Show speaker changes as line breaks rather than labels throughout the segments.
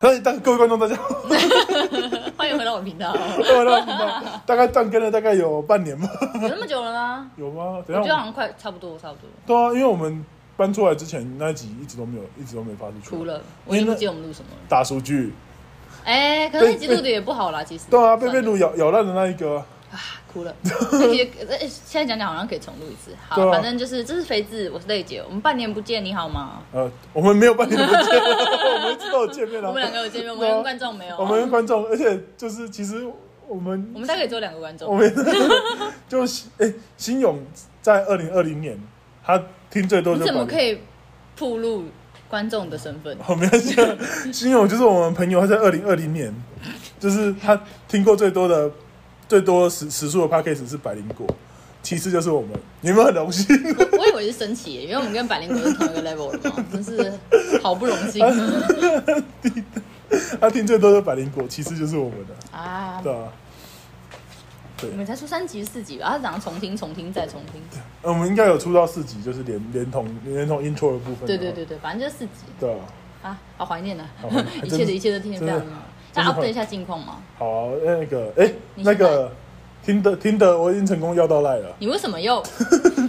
嘿，大各位观众大家 好，
欢迎回到我频 道，
欢迎来到频道大概断更了大概有半年吧，
有那么久了吗？
有吗？
我
等
觉
一
得
下
好
我，
像快差不多，差不多。
对啊，因为我们搬出来之前那一集一直都没有，一直都没发出去，
除了我已经不记得我们录什么了。
大数据，
哎、可是那集录的也不好啦，其实。
对啊，被被
算了
鲁咬咬烂的那一个，
哭 了。那集呃现在讲讲好像可以重录一次。好，
对啊
反正就是这是肥子，我是泪姐，我们半年不见，你好吗？
呃，我们没有半年不见， 我们一直都有见面 啊，
我们两个有见面，我
对啊
们观众没有。
我们跟观众，而且就是其实我
我
们
们大概也只有两个观
我
众。
们就是哎、新勇在二零二零年他听最多
你
就
怎么可
以？
以暴露观众的身份？
我没关系啊，新勇就是我们朋友，他在二零二零年就是他听过最多的最多时时数的 p a c k a g e 是百灵果，其次就是我们，你们很荣幸，
我我以为是生气耶，因为我们跟百灵果是同一个 level 的 嘛，真是好不荣幸
他听最多的百灵果，其次就是我们的、
啊！
对啊，
我们才出三集四集吧，他想要重听、重听再重听。
呃我们应该有出到四集，就是连连同连同 intro 的哦部分，
对对，对对，反正就是四集
对啊。
啊，好怀念啊
好怀！念
一切的一切都听得非常好。
真的真
那
的
update 一下近况嘛？
好、那个，哎、
你
那
先
个，听的听的，我已经成功要到赖了。
你为什么又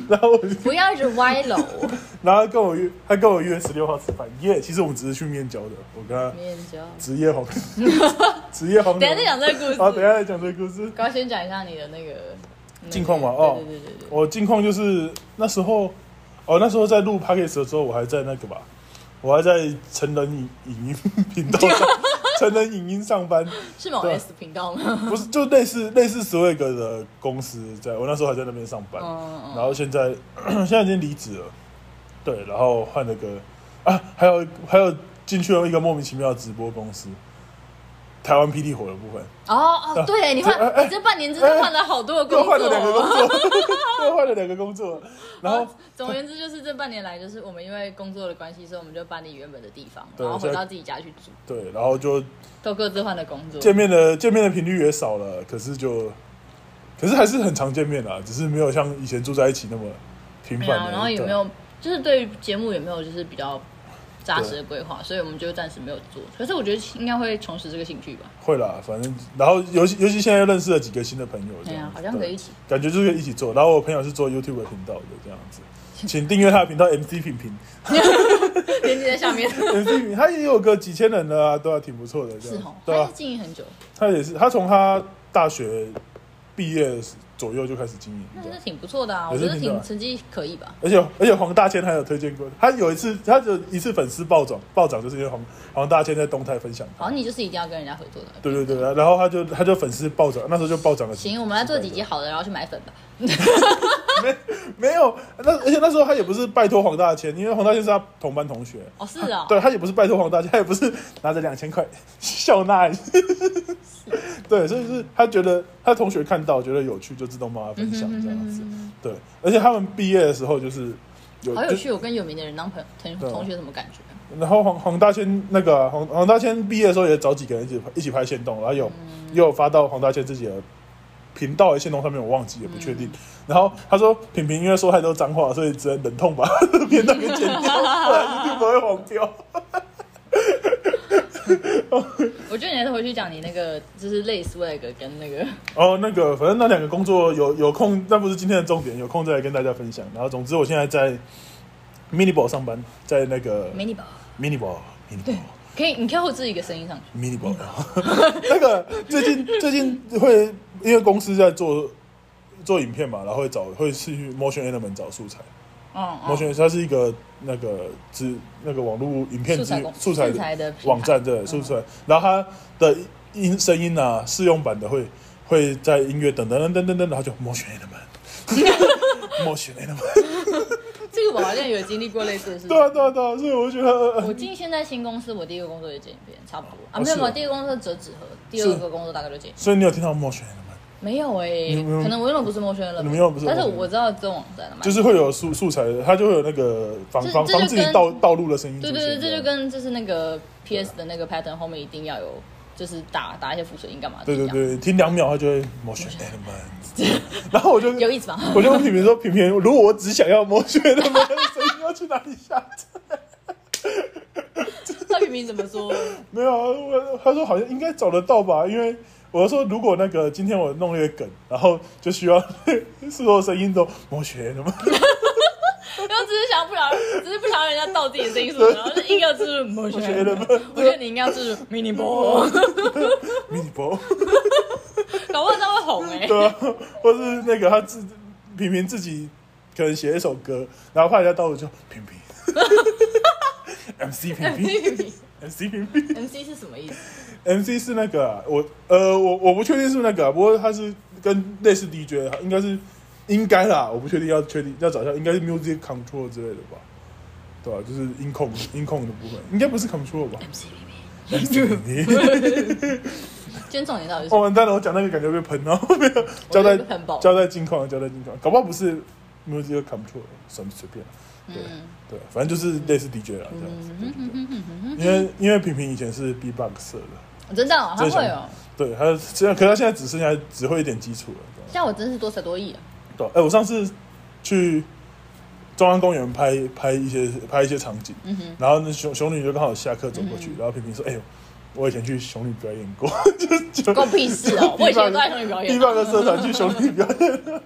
然后我就，
不要一直歪 楼？
然后他跟我约，他跟我约十六号吃饭，耶、其实我们只是去面交的，我跟他
面交。
职业 红，职业红牛。
等一下再讲这个
好，啊等
故
一
事。
下再讲这个故事。
刚先讲一下你的那个那个
近况嘛哦
对对对对对。
我近况就是那时候，哦，那时候在录 p a c k a g e 的时候，我还在那个吧，我还在成人影影音频道上，成人影音上班，
是某
对啊
S 频道 吗？
不是就类似类似 Swag 的公司在，我那时候还在那边上班。
嗯，
然后现在 现在已经离职了，对，然后换了个啊，还有还有进去了一个莫名其妙的直播公司，台湾霹雳火的部分，
哦哦，对， 你换
这哎哎
你这半年之内换了好多 个
又
工
换了两个工
作。哦
作，又换了两个工作，然后
哦总而言之，就是这半年来，就是我们因为工作的关系，所以我们就搬离原本的地方，
对
然后
现
回
在
到自己家去住，
对，然后就
都各自换了工作。
见面的见面的频率也少了，可是就可是还是很常见面啦，只是没有像以前住在一起那么频
没
繁
有
了
啊，，然后也
对
没有，就是对于节目也没有就是比较扎实的规划，所以我们就暂时没有做。可是我觉得应该会重拾这个兴趣吧。
会啦，反正然后尤其尤其现在又认识了几个新的朋友，这
对
样子
啊，好像可
对
以一起。
感觉就是可以一起做。然后我朋友是做 YouTube 频道的这样子，请订阅他的频道 MC 品 评
连接在下 面
MC 品，他也有个几千人了啊，对啊，挺不错的这
是
样子
哦，，
对
他
啊
是，经营很久，
他也是，他从他大学毕业左右就开始经营
那
这
那
样。
挺不错的啊，
也是
我觉得
挺
挺
的
成绩可以吧。
而且而且黄大千还有推荐过他，有一次他有一次粉丝暴涨暴涨，就是因为黄黄大千在动态分享他，
好像你就是一定要跟人家合作的。
对对对，然后他就他就粉丝暴涨，那时候就暴涨了。
行，我们来做几集好的，然后去买粉吧。
没有，那而且那时候他也不是拜托黄大千，因为黄大千是他同班同学，
哦，是哦，
对他也不是拜托黄大千，他也不是拿着两千块 笑纳一下，对，所以是他觉得他同学看到觉得有趣，就自动帮他分
嗯
享这样子。对，而且他们毕业的时候就是有，
好有
就
趣。我哦跟有名的人当朋友同
对啊
同学什么感觉？
然后黄黄大千那个啊黄黄大千毕业的时候也找几个人一起一起拍线动，然后有、也有发到黄大千自己的频道的线动上面，我忘记也不确定。然后他说品评因为说太多脏话，所以 只能忍痛把片段给剪掉，不然一定不会黄标。
我觉得你还是回去讲你那个就是类 swag 跟那个
哦，那个，反正那两个工作有有空，那不是今天的重点，有空再来跟大家分享。然后，总之我现在在 Mini b a l 上班，在那个
mini bar，
Mini b a l Mini b a l
啊可以，你可以后置一个声音上去。
Mini b a l 那个最近最近会因为公司在做做影片嘛，然后会找会去 Motion Element 找素材。
嗯，嗯
Motion 它是一个那个资那个网络影片
素材
资
公
素材
素材的平台嗯
网站对素材，然后它的音声音啊试用版的会会在音乐等等等等等等，然后就 Motion Element。Motion Element，
这个我好像有经历过类似的 事
对
情。
啊对啊对啊，所以我觉得呃
我进现在新公司，我第一个工作就剪片，差不多啊，
哦
没有
是
没有，
哦
第一个工作折纸盒，第
是
二个工作大概就剪，
所以你有听到 Motion Element，
没有哎、
你们
可能我用的不是陌生人了，
你们用的不是
但是
Motion
我知道这种网站的嘛，
就是会有素素材的，它就会有那个防
这
防
这就
防止你
跟
道道路的声音出现。
对对对，这就跟就是那个 PS 的那个 pattern 后面一定要有，就是打打一些浮水印干嘛的
对
一
对
样，
对，听两秒它就会 Motion Element，然后我就
有意思吗？
我就问平平说：“平平，如果我只想要摩羯的摩羯声音，要去哪里下载？
到底
明怎么 说？
没有啊，我他说好像应该找得到吧，因为我说如果那个今天我弄了一个梗，然后就需要 所有声音都摩拳什么，
然后只是想不想，只是不想让人家盗自己的声音什么，然后就硬要就是 某些
觉得
人。我觉得你应该要就是 mini ball，
迷你波，
搞不好这样会红哎、
对啊，或是那个他自平平自己可能写一首歌，然后怕人家到处就平平，MC 平平，MC 平平。
MC 是什么意思？
MC 是那个、啊、我呃我我不确定是不是那个、啊，不过他是跟类似 DJ，应该是应该啦，我不确定要确定要找一下，应该是 Music Control 之类的吧，对吧、就是音控音控的部分，应该不是 Control 吧
MC 里面，
？MC
今天重点到底是什
哦
么？
完蛋了，我讲那个感觉被喷了，没有 交代
我觉得很饱。
交代金矿交代金矿，搞不好不是 Music Control，什么随便啊，对、
嗯
对，反正就是类似 DJ 啦，这样
嗯
子，对对对因为因为平平以前是 B-box 社的。
真的、哦，他
真想
会哦。
对，他现在，可是他现在只剩下只会一点基础了。对吧
像我真是多才多艺啊！
对，哎、我上次去中央公园拍拍一些拍一些场景，
嗯哼，
然后那熊熊女就刚好下课走过
嗯
去，然后平平说：“哎、呦，我以前去熊女表演过， 就就
关我屁事哦！我以前也都在熊女表演
地，方的社团去熊女表演。”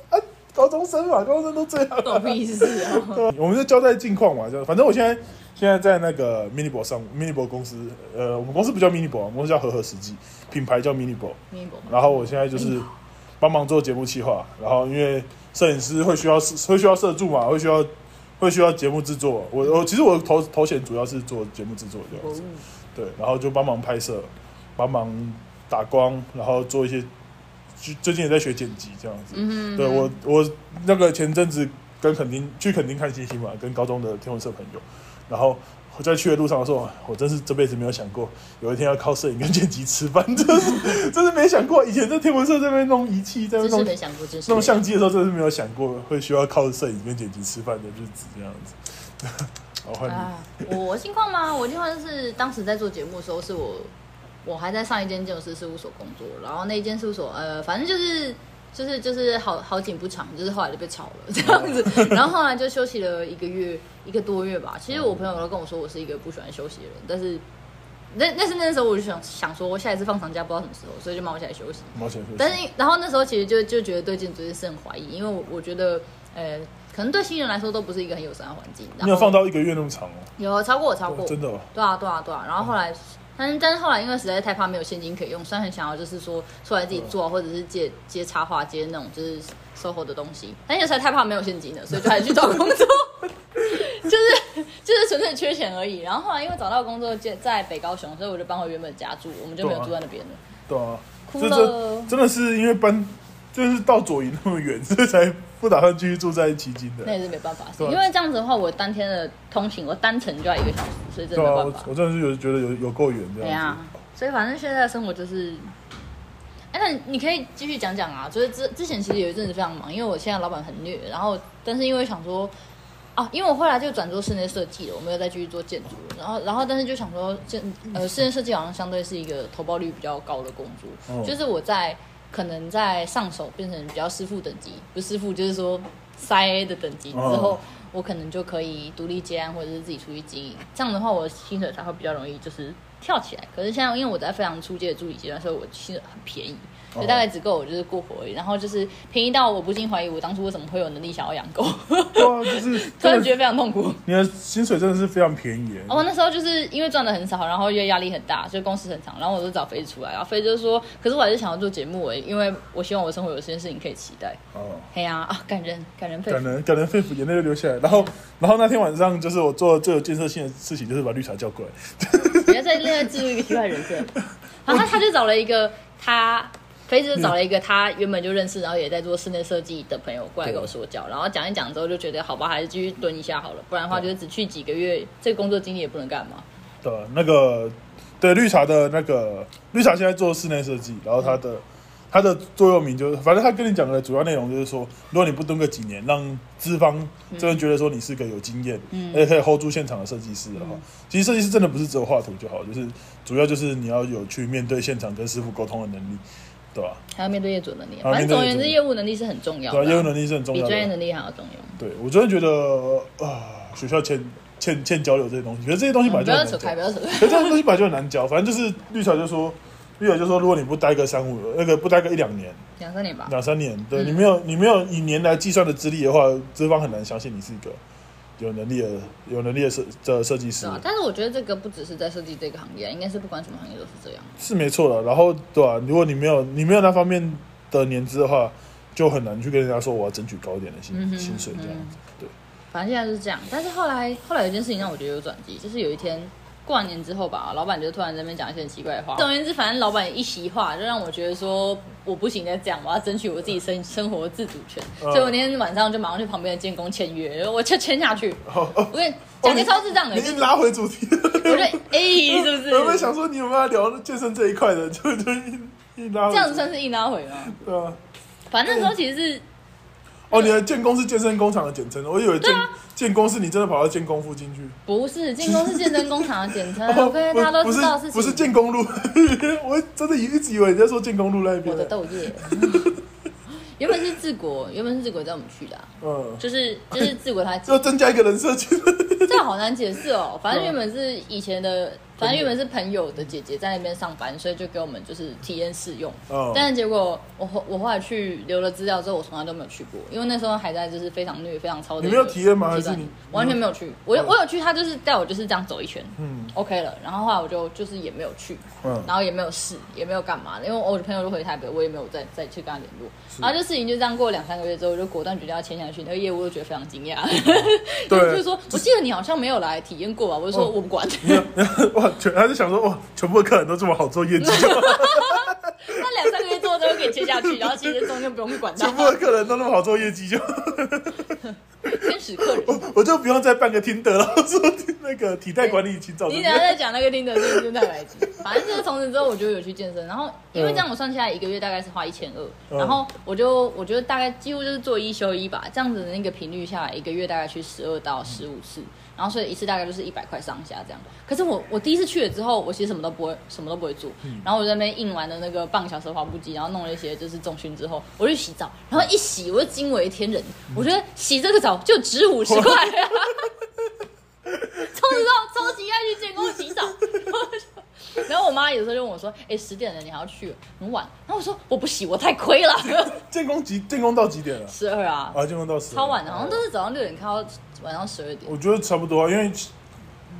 啊，高中生嘛，高中生都这样。啊
关我屁事 哦！
对 我们就交代近况嘛，就反正我现在现在在那个 mini b o 上，mini b o 公司，呃，我们公司不叫 mini b o 我们公司叫和和实际，品牌叫 mini b o
民国
然后我现在就是帮忙做节目企划，然后因为摄影师会需要会需要摄助嘛，会需要会需要节目制作。我我其实我头头衔主要是做节目制作这样子，对，然后就帮忙拍摄，帮忙打光，然后做一些最最近也在学剪辑这样子。
嗯哼，
对我我那个前阵子跟垦丁去垦丁看星星嘛，跟高中的天文社朋友，然后我在去的路上说，我真是这辈子没有想过有一天要靠摄影跟剪辑吃饭，真是真是没想过。以前在天文社这边弄仪器，在那
真
边
是没
弄
想过，真是
弄
没想
相机的时候，真是没有想过会需要靠摄影跟剪辑吃饭的日子这样子。 好换
过
你，
啊！我近况吗？我近况就是当时在做节目的时候，是我我还在上一间建筑师事务所工作，然后那一间事务所呃，反正就是。就是就是好好景不长，就是后来就被炒了这样 子，然后后来就休息了一个月一个多月吧。其实我朋友都跟我说我是一个不喜欢休息的人，但是那但是那时候我就想想说，我下一次放长假不知道什么时候，所以就忙起来休息。
毛钱
但是然后那时候其实就就觉得对建筑师是很怀疑，因为我我觉得呃，可能对新人来说都不是一个很友善的环境。然
没有
后
放到一个月那么长哦，
有超过我超过，
真的、哦。
对啊对啊对啊。然后后来，但是但是后来因为实在太怕没有现金可以用，虽然很想要就是说出来自己做，或者是接接插画、接那种就是售后的东西，但因为实在太怕没有现金了，所以就还去找工作。 就是就是纯粹缺钱而已，然后后来因为找到工作在在北高雄，所以我就搬回原本家住，我们就没有
对啊
住在那边了。
对啊，
哭
这
了
这真的是因为搬，就是到左营那么远， 所以才不打算继续住在旗津的
那。也是没办法，
对啊
因为这样子的话，我当天的通勤，我单程就要一个小时，所以真
对
的没
啊，
办
我
法。
我真的是有觉得有有够远这
对
样
啊
子。，
所以反正现在的生活就是，哎、那你可以继续讲讲啊。就是之之前其实有一阵子非常忙，因为我现在老板很虐，然后但是因为想说，啊，因为我后来就转做室内设计了，我没有再继续做建筑了。然后然后但是就想说，建呃室内设计好像相对是一个投报率比较高的工作，
嗯
就是我在可能在上手变成比较师傅等级，不是师傅就是说塞 A 的等级之后。
嗯
我可能就可以独立接案，或者是自己出去经营。这样的话，我的薪水才会比较容易就是跳起来。可是现在因为我在非常初阶的助理阶段，所以我薪水很便宜，就大概只够我就是过活而已。然后就是便宜到我不禁怀疑我当初为什么会有能力想要养狗，
对啊，就是
突然
真
觉
的，
得非常哦痛苦。
你的薪水真的是非常便宜耶。
然后那时候就是因为赚的很少，然后又压力很大，就工时很长，然后我就找飞出来，然后飞就说，可是我还是想要做节目诶，因为我希望我的生活有些事情可以期待。
哦，
嘿呀啊，感人感人肺
感
腑，
人感人肺腑，眼泪就流下来。然后然后那天晚上，就是我做最有建设性的事情，就是把绿茶叫过来。
不要再另外置入一个奇怪的人设。然后他就找了一个他。肥子就找了一个他原本就认识，然后也在做室内设计的朋友过来跟我说教，然后讲一讲之后就觉得好吧，还是继续蹲一下好了，不然的话就是只去几个月，这个工作经历也不能干嘛。
对，那个对绿茶的那个绿茶现在做室内设计，然后它
嗯
的、它的座右铭就是，反正他跟你讲的主要内容就是说，如果你不蹲个几年，让资方
嗯
真的觉得说你是个有经验，嗯，而且可以 hold 住现场的设计师的话，
嗯
其实设计师真的不是只有画图就好，就是主要就是你要有去面对现场跟师傅沟通的能力，对吧、
还要面对业主能力、
还要
反
面
正
对
总而
业
言
主
之，业务能力是很重要
对、
的、
啊，业务能力是很重
比
要
专业
的。
能力还要重要。
对我真的觉得啊、学校前欠欠交流这些东西，可是这些东西
嗯不
本来就
要
很
扯
难讲
开，不要扯开。
可是这种东西本来就很难教，反正就是绿桥就说，绿桥就说，如果你不待个三五呃那个不待个一两年、
两三年吧，
两三年，对、
嗯
你没有你没有以年来计算的资历的话，资方很难相信你是一个有能力的有能力的设的设计师
是，啊。但是我觉得这个不只是在设计这个行业，应该是不管什么行业都是这样。
是没错的。然后对吧、如果你没有你没有那方面的年资的话，就很难去跟人家说我要争取高一点的薪、
嗯哼
薪水这样子。对，
反正现在就是这样。但是后来后来有一件事情让我觉得有转机，就是有一天过完年之后吧，老板就突然在那边讲一些很奇怪的话。总而言之，反正老板一席话就让我觉得说我不行再这样，我要争取我自己生生活自主权。
嗯
所以我那天晚上就马上去旁边的监工签约，然后我就签下去。
哦哦，
我跟你讲
你
个超智障的，
你
就是
一拉回主题，
我就哎、是 不
我原本
是？
想说你有没有要聊健身这一块的，就就一一拉回
这样子算是硬拉回吗？
对啊。
反正那时候其实是
哦，你的建工是健身工厂的简称，我以为建、
对啊
建工是你真的跑到建工附近去。
不是进攻是健身工厂的简称
哦
，OK，大家嗯都
不
知
是
道的事情。
不是建工路， 我真的一直以为你在说建工路那
我
边
的。豆叶，原本是治国，原本是治国带我们去的啊、
嗯，
就是就是治国他
要增加一个人设去。
这好难解释哦。反正
嗯
原本是以前的，反正原本是朋友的姐姐在那边上班，所以就给我们就是体验试用。
嗯
但是结果我后我后来去留了资料之后，我从来都没有去过，因为那时候还在就是非常虐、非常超的
你
一个阶段。
没有体验吗还是你哦
完全没有去？我有我有去，他就是带我就是这样走一圈，
嗯
OK 了，然后后来我就就是也没有去，
嗯
然后也没有试，也没有干嘛的，因为我的朋友都回台北，我也没有再再去跟他联络。然后这事情就这样过了两三个月之后，我就果断决定要签下去。那个业务都觉得非常惊讶，
对
就是说我记得你好像没有来体验过吧？我就
哦
说我不管，
哇，全他就想说哇，全部的客人都这么好做 业绩，
那两三个月之后都会给你签下去，然后其实中间不用去管他
全，部的客人都那么好做业绩，就
天使客人。
我就不用再办个听得了，说那个体态管理请找这
你等
边
一下再讲那个听的事情，再来一集。反正就是从此之后，我就有去健身，然后因为这样我算下来一个月大概是花一千二，
嗯
然后我就我就大概几乎就是做一休一吧，这样子的那个频率下来，一个月大概去十二到十五次，然后所以一次大概就是一百块上下这样。可是我我第一次去了之后，我其实什么都不会，什么都不会做，然后我在那边印完了那个半个小时的跑步机，然后弄了一些就是重训之后，我就洗澡，然后一洗我就惊为天人，我觉得洗这个澡就值五十块、 超级超级爱去建工洗澡。 然后我妈有时候就问我说：“哎、十点了，你还要去？很晚。”然后我说：“我不洗，我太亏了。
建工几建工到几点了”？
十二哦啊，
啊，建工到十，
超晚的，好像都是早上六点开到晚上十二点。
我觉得差不多啊，因为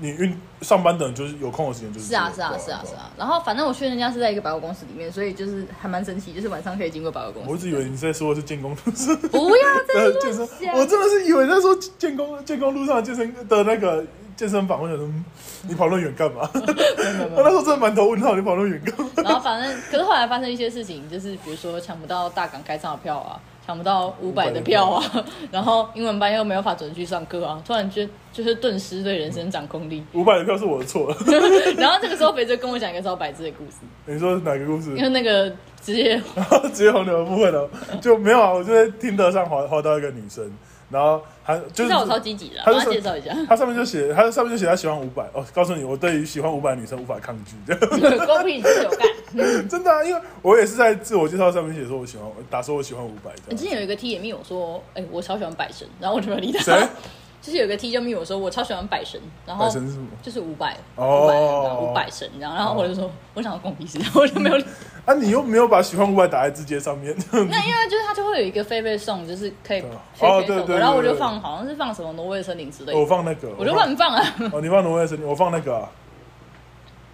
你运上班等就是有空的时间就是
是啊，
这
是
个
啊，
对
是啊，是
对
啊。然后反正我去的那家是在一个百货公司里面，所以就是还蛮神奇，就是晚上可以呃经过百货公
我一
司。
直以为你在说的是建工路上
不要 再
的健身
乱，想。
我真的是以为在说建工建工路上的健身的那个健身房，我想说嗯你跑那么远干嘛？ 我那时候真的满头问号，你跑那么远干嘛？
然后反正，可是后来发生一些事情，就是比如说抢不到大港开唱的票啊，抢不到五百的票啊， 然后英文班又没有法准去上课啊，突然就就是顿时对人生掌控力。
五百的票是我的错，
然后这个时候肥就跟我讲一个超白痴的故事，
你说哪个故事
因？为那个直接
直接红牛的部分了，就没有啊。我就在听得上滑滑到一个女生，然后她就
知
是
道我超积极的啊，
他
帮
就
他
说
介绍一下，
她上面就写，她上面就写她喜欢伍佰。哦，告诉你，我对于喜欢伍佰的女生无法抗拒，
公平自有干。
真的啊，因为我也是在自我介绍上面写说我喜欢，打说我喜欢伍佰
之
的。
前有一个 T 也密我说，哎、我超喜欢百神，然后我就没有理
谁
他。 就是有一个 T 就密我说我超喜欢百神，然后
百神是什么？
就是五百
哦
五百神这样，然后我就说我想要公平时， 我就没有理。
啊，你又没有把喜欢伍佰打在字节上面，
那因为就是它就会有一个飞飞送，就是可以
对啊
飞
哦
飞
对
送
对
的，然后我
对哦
就
对
放好像是放什么挪威的森林之类
我
的，
放那个，
我就乱放啊。
放哦，你放挪威的森林，我放那个啊、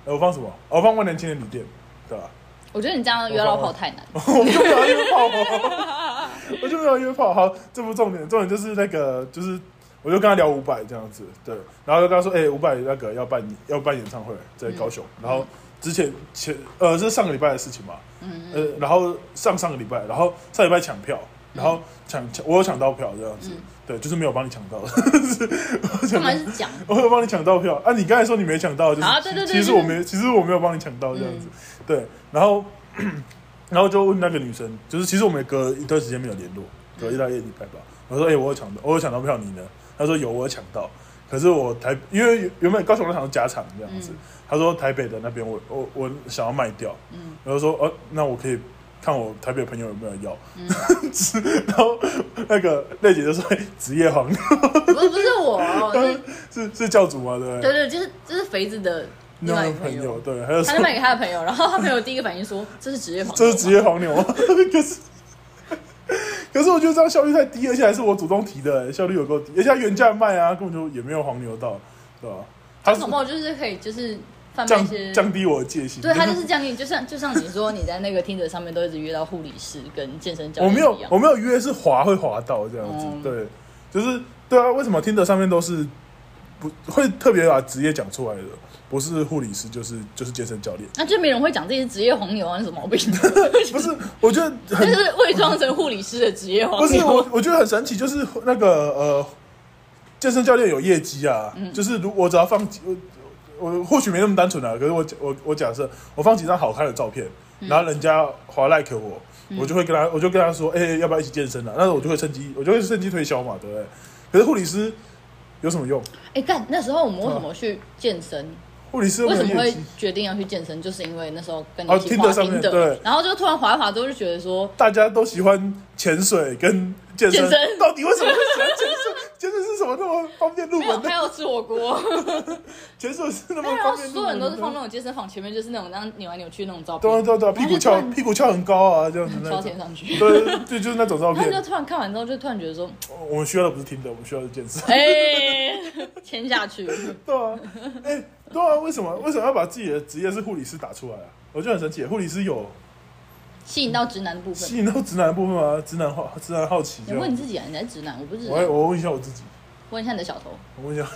呃我放什么？哦我放万年青年旅店，对吧？
我觉得你这样约老跑太难，
我就没有约炮哦，我就没有约炮。好，这不重点，重点就是那个，就是我就跟他聊五百这样子，对，然后就跟他说，哎、5五百那个要办要办演唱会在
嗯
高雄，然后之前前呃这是上个礼拜的事情嘛，
嗯，
呃，然后上上个礼拜，然后上礼拜抢票，然后抢抢我有抢到票这样子，
嗯
对，就是没有帮你抢到，
干嘛是讲？
我有帮你抢到票啊！你刚才说你没抢到，就是、
啊对对对
其实
对嗯
我没，其实我没有帮你抢到这样子，对。然后，然后就问那个女生，就是其实我们也隔一段时间没有联络，隔一到一
嗯
个礼拜吧。我说：“哎、我有抢到，我有抢到票，你呢？”她说：“有，我有抢到。”可是我台，因为原本高雄那场加场这样子，她说台北的那边我我我想要卖掉，
嗯
然后说：“哦、那我可以看我台北朋友有没有要。
嗯
然后那个瑞姐就说哎职业黄牛
哦不是不是 我，就是
是是教主吗？对不
对
对？
对，就是就是肥子的另
另
外
外
一
一个朋
个朋友
友，对，还有
他
说
就卖给他的朋友，然后他朋友第一个反应说这是职业黄牛
这
吗，
是职业黄牛吗， 可是。可是我觉得这样效率太低，而且还是我主动提的、效率有够低，而且它原价卖啊，根本就也没有黄牛到，对吧？他
他
是
恐怕就是可以就是贩卖一些
降。降低我的戒心，
对他
就
就是降低，就像就像你说你在那个听者上面都一直约到护理师跟健身教
我
练
没有
一样
我，没有约是滑会滑到这样子，
嗯
对，就是对啊，为什么听的上面都是不会特别把职业讲出来的，不是护理师就是就是健身教练，
那就没人会讲自己是职业黄牛啊，你什么 毛病？
不是，我觉得很
就是伪装成护理师的职业
不
黄
是我
牛。，
我觉得很神奇，就是那个呃，健身教练有业绩啊，
嗯
就是如我只要放几，我我或许没那么单纯啊，可是我假我我假设我放几张好看的照片，
嗯
然后人家划 like 我，我就会跟他我就跟他说，哎、要不要一起健身啊？那我就会趁机我就会趁机推销嘛，对不对？可是护理师有什么用？
哎，干，那时候我们为什么去健身？
护理师又
为
没
什
有
么
业
会
绩，
决定要去健身？就是因为那时候跟你
哦
一起
听
滑
得上面
听的，
对
然后就突然滑一滑之后就觉得说，
大家都喜欢潜水跟健身，
健身
到底为什么会喜欢健身？ 健身是什么那么方便入
没有，
门的？
还有吃火锅，
潜水是那么
没有，然后
哦方便入门的？
所有人都是放那种健身房前面就是那种那样扭来扭去那种照
对啊
片，
对啊对啊，屁股翘
然后就突然
屁股翘很高啊，这样子那
烧
种
钱。上去，
对对对，就是那种照
然后就
片。
突然看完之后就突然 觉得说，
我们需要的不是听的，我们需要的是健身。
哎，签下去，
对啊，哎，对啊，为什么为什么要把自己的职业是护理师打出来啊？我觉得很神奇，护理师有
吸引到直男的部分。
吸引到直男的部分吗？直男好直男好奇
你
这
问你
样。
自己啊，你才直男，我不是直
我还
男。
我问一下我自己，
问一下你的小头，
我问一下，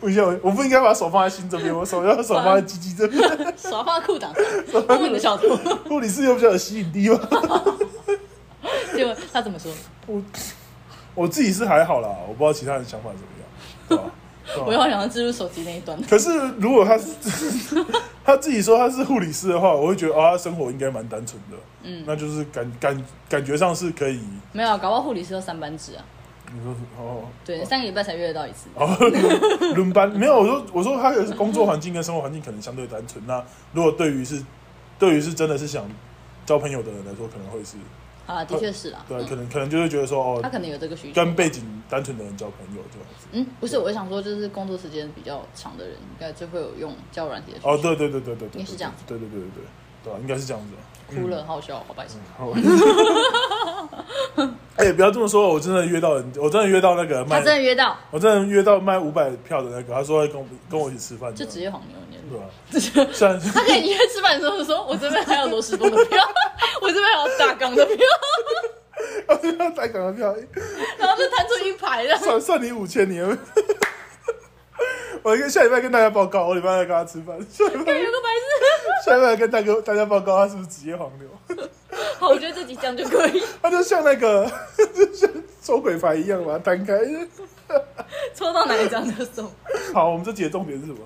问一下我，我不应该把手放在心这边，我手要手放在鸡鸡这边。
手放在裤 裆上，问你的小头，
护理师有比较有吸引力吗？
结果他怎么说？
我我自己是还好啦，我不知道其他人想法怎么样，对吧？对啊吧
我又好想要置入手机那一端。
可是如果他是他自己说他是护理师的话，我会觉得啊，他生活应该蛮单纯的，
嗯，
那就是感感感觉上是可以。
没有啊，搞不好护理师要三班制啊，
你说哦，
对，三个礼拜才约得到一次。
哦，轮班没有？我说我说他的工作环境跟生活环境可能相对单纯。那如果对于是对于是真的是想交朋友的人来说，可能会是
好啦，的确是啦，
哦对，可能可能就会觉得说
他
哦，
可能有这个需求。
跟背景单纯的人交朋友这样子。
嗯，不是，我想说，就是工作时间比较长的人，应该就会有用交友软体的需求。
哦，对对对对对对，
也是这样
对对对对对，对吧？应该是这样子啊。
哭了，好笑，好白痴。
好 哎、不要这么说，我真的约到人，我真的约到那个
他
卖，
真的约到，
我真的约到卖五百票的那个，他说要跟我跟我一起吃饭，
就
这样
直接黄牛你知
对啊
道 吗
吧、虽然
他跟你约吃饭的时候说，我这边还有罗斯多的 票，我这边还有大港的票，
再港的票，
然后就摊出一排的。
算算你五千，你有没有我应该下礼拜跟大家报告，我礼拜再跟他吃饭，下礼拜
有个白痴，
下礼拜跟大哥大家报告他是不是职业黄牛，
好，我觉得这集这样就可以，
他就像那个 就像收鬼牌一样把它摊开。
抽到哪一张就送。
好，我们这集的重点是什么？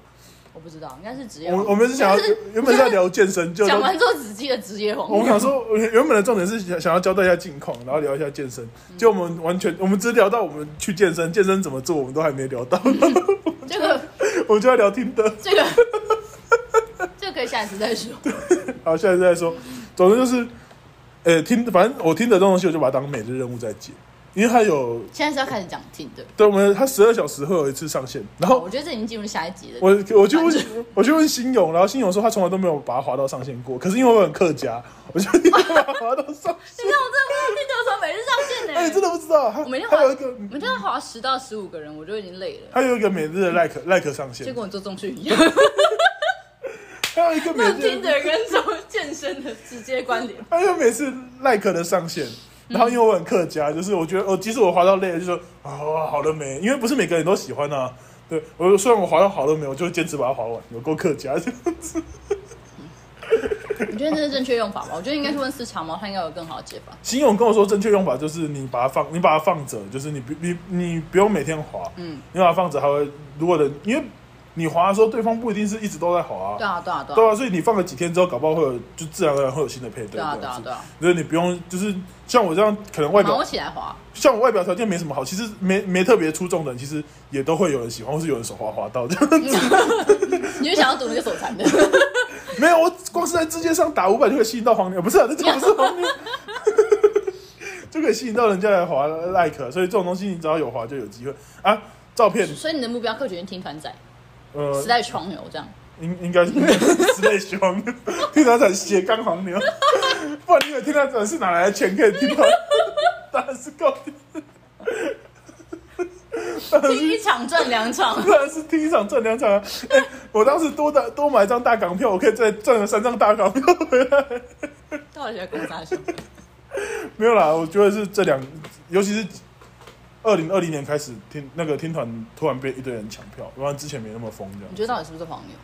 我不知道，应该是职业
我们
黄牛。
我们是想要原本是要聊健身，就
讲完之后只记得职业黄
我们
牛。
想说，原原本的重点是想想要交代一下近况，然后聊一下健身。就我们完全，我们只聊到我们去健身，健身怎么做，我们都还没聊到，
这个
我们就要聊听的。
这个 这个可以下一次再说。
好，现在再说。总之就是，呃、听，反正我听的这种东西，我就把它当每日任务在解，因为它有，
现在是要开始讲听的，
对我们它十二小时会有一次上线，然后
我觉得这已经进入下一集了。
我我就问我就问新勇，然后新勇说他从来都没有把它滑到上线过，可是因为我很客家，我就一直把它滑到上线
你。看我真的不知道听的有什么每日上线呢、
哎、真的不知道，他
我每天滑
还有一个，
每天要划十到十五个人，我就已经累了。
还有一个每日的 like like 上线
结，果你做中去一样，
还有一个每
那
日
听的跟什么健身的直接关 联。
他就每次赖可的上线，然后因为我很客家，就是我觉得我即使我滑到累了，就说啊、好了没，因为不是每个人都喜欢啊。对我虽然我滑到好了没，我就坚持把它滑完，有够客家。
你觉得这是正确用法吗？我觉得应该去问四长毛，他应该有更好的解法。
邢勇跟我说，正确用法就是你把它放，你把它放着，就是你不你你不用每天滑，
嗯，
你把它放着，还会如果人因为你滑的时候，对方不一定是一直都在滑、
对
啊。
啊，对啊，对
对
啊，
啊，所以你放了几天之后，搞不好会有，就自然而然会有新的配对。
对啊，
这
对
样
啊，
子
对啊，
就是你不用，就是像我这样，可能外表
毛起 来滑，
像我外表条件没什么好，其实没没特别出众的人，其实也都会有人喜欢，或是有人手滑滑到这样。
你就想要读那个手残的，
没有，我光是在字界上打五百就可以吸引到黄牛，不是、啊，这种不是黄牛， 就可以吸引到人家来划 like，所以这种东西你只要有划就有机会啊。照片，
所以你的目标客群是听团仔，
呃
时，代床牛这样。
应应该是之类熊，听他讲斜杠黄牛，不然你以为听他讲是哪来的钱可以听到？当然是够听，
第一场赚两场，
当然是听一场赚两场啊！哎、我当时多打多买一张大港票，我可以再赚了三张大港票回来。
到底在公啥小？
没有啦，我觉得是这两，尤其是二零二零年开始听那个听团突然被一堆人抢票，不然之前没那么疯这
你
样。
觉得到底是不是黄牛，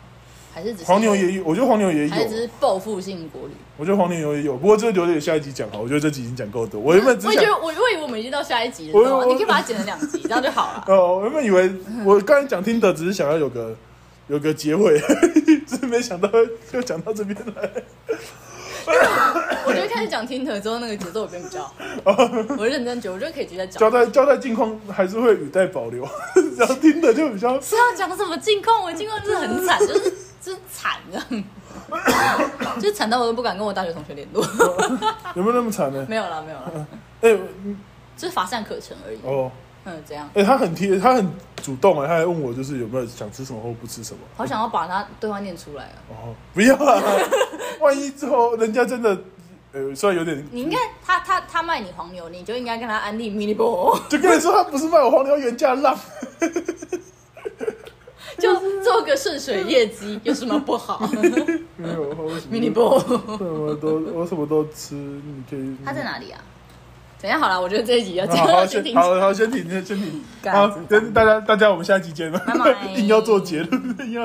还是只是
黄牛也有，我觉得黄牛也有
还，是只是报复性国旅？
我觉得黄牛也有，不过这个留着下一集讲好，我觉得这集已经讲够多。我原本只
我也
想
觉得，我我以为我们已经到下一集了，
我
你知道吗
我
你可以把它剪成两集，这样就好 了。
哦，我原本以为我刚才讲听的只是想要有个有个结尾， 只是没想到就讲到这边来。
我觉得开始讲 Tinder 之后，那个节奏有变比较 好。我认真觉得，我觉得可以直接讲。
交代交代近况还是会语带保留， 然后听的就比较
是要讲什么近况？我近况真的很惨，就是就是惨的， 就是惨到我都不敢跟我大学同学联 络。
有没有那么惨呢？
没有啦，没有啦，
哎、
就是乏善可陈而已。
哦，
嗯，这样。
哎、他很贴，他很主动哎，他还问我就是有没有想吃什么或不吃什么。
好想要把他对话念出来啊！
哦，不要啊， 万一之后人家真的，呃，虽然有点，
你应该他他他卖你黄牛，你就应该跟他安利 mini ball，
就跟你说他不是卖我黄牛原价浪，
就做个顺水业绩有什么不好
没有，我什么
？mini ball，
什么都我什么都吃，你可以。
他在哪里啊？等一下好了，我觉得这一集要
好好
要
先
先停止。
好好先停先先停，
干
好
紧，张
跟大家大家我们下期见了
拜拜，
硬要做结论，硬要。